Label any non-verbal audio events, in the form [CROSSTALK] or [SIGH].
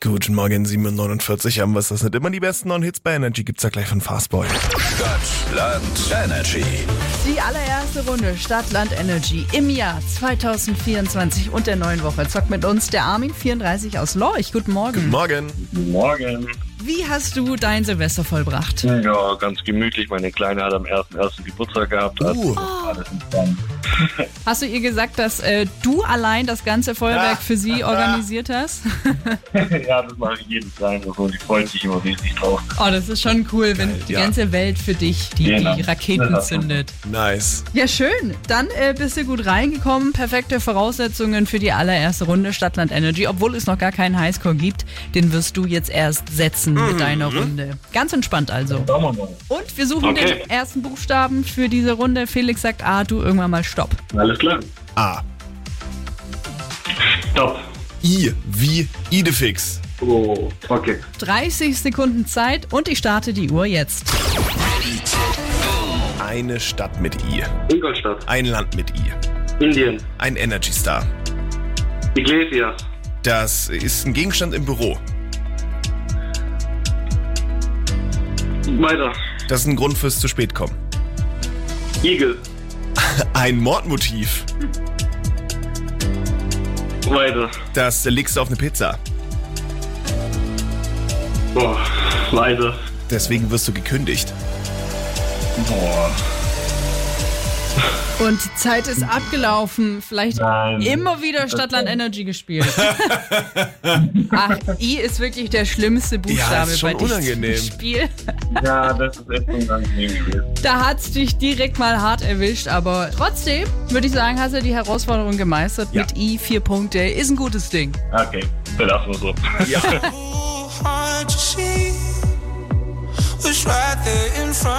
Guten Morgen, 7.49 haben wir es. Das sind immer die besten Non-Hits bei Energy. Gibt's da gleich von Fastboy. Stadtland Energy. Die allererste Runde Stadtland Energy im Jahr 2024 und der neuen Woche zockt mit uns der Armin 34 aus Lorch. Guten Morgen. Morgen. Morgen. Wie hast du dein Silvester vollbracht? Ja, ganz gemütlich. Meine Kleine hat am 1.1. Geburtstag gehabt. Also Uh. alles entspannt. Hast du ihr gesagt, dass äh, du allein das ganze Feuerwerk für sie organisiert hast? [LAUGHS] ja, das mache ich jeden Kleinen und so. Die freut sich immer riesig drauf. Oh, das ist schon cool, wenn die ja. ganze Welt für dich die, Genau. die Raketen Ja. zündet. Nice. Ja, schön. Dann äh, bist du gut reingekommen. Perfekte Voraussetzungen für die allererste Runde Stadtland Energy, obwohl es noch gar keinen Highscore gibt. Den wirst du jetzt erst setzen mit deiner Runde. Ganz entspannt also. Schauen wir mal. Und wir suchen Okay. den ersten Buchstaben für diese Runde. Felix sagt A, du irgendwann mal Stopp. Alles klar. A. Stopp. I wie Idefix. Oh, okay. 30 Sekunden Zeit und ich starte die Uhr jetzt. Eine Stadt mit I. Ingolstadt, Ein Land mit I. Indien, Ein Energy Star. Iglesias, Das ist ein Gegenstand im Büro. weiter, Das ist ein Grund fürs zu spät kommen. Igel, Ein Mordmotiv. weiter, Das legst du auf eine Pizza. boah, weiter, Deswegen wirst du gekündigt. Boah. Und die Zeit ist abgelaufen. Vielleicht Nein. immer wieder Stadtland [LAUGHS] Energy gespielt. Ach, I ist wirklich der schlimmste Ja, Buchstabe ist bei schon diesem unangenehm. Spiel. Ja, das ist echt unangenehm gewesen. Da hat's dich direkt mal hart erwischt, aber trotzdem würde ich sagen, hast du die Herausforderung gemeistert. Ja. Mit I vier Punkte ist ein gutes Ding. Okay, dann lassen wir so. Ja. hard to see was right there in front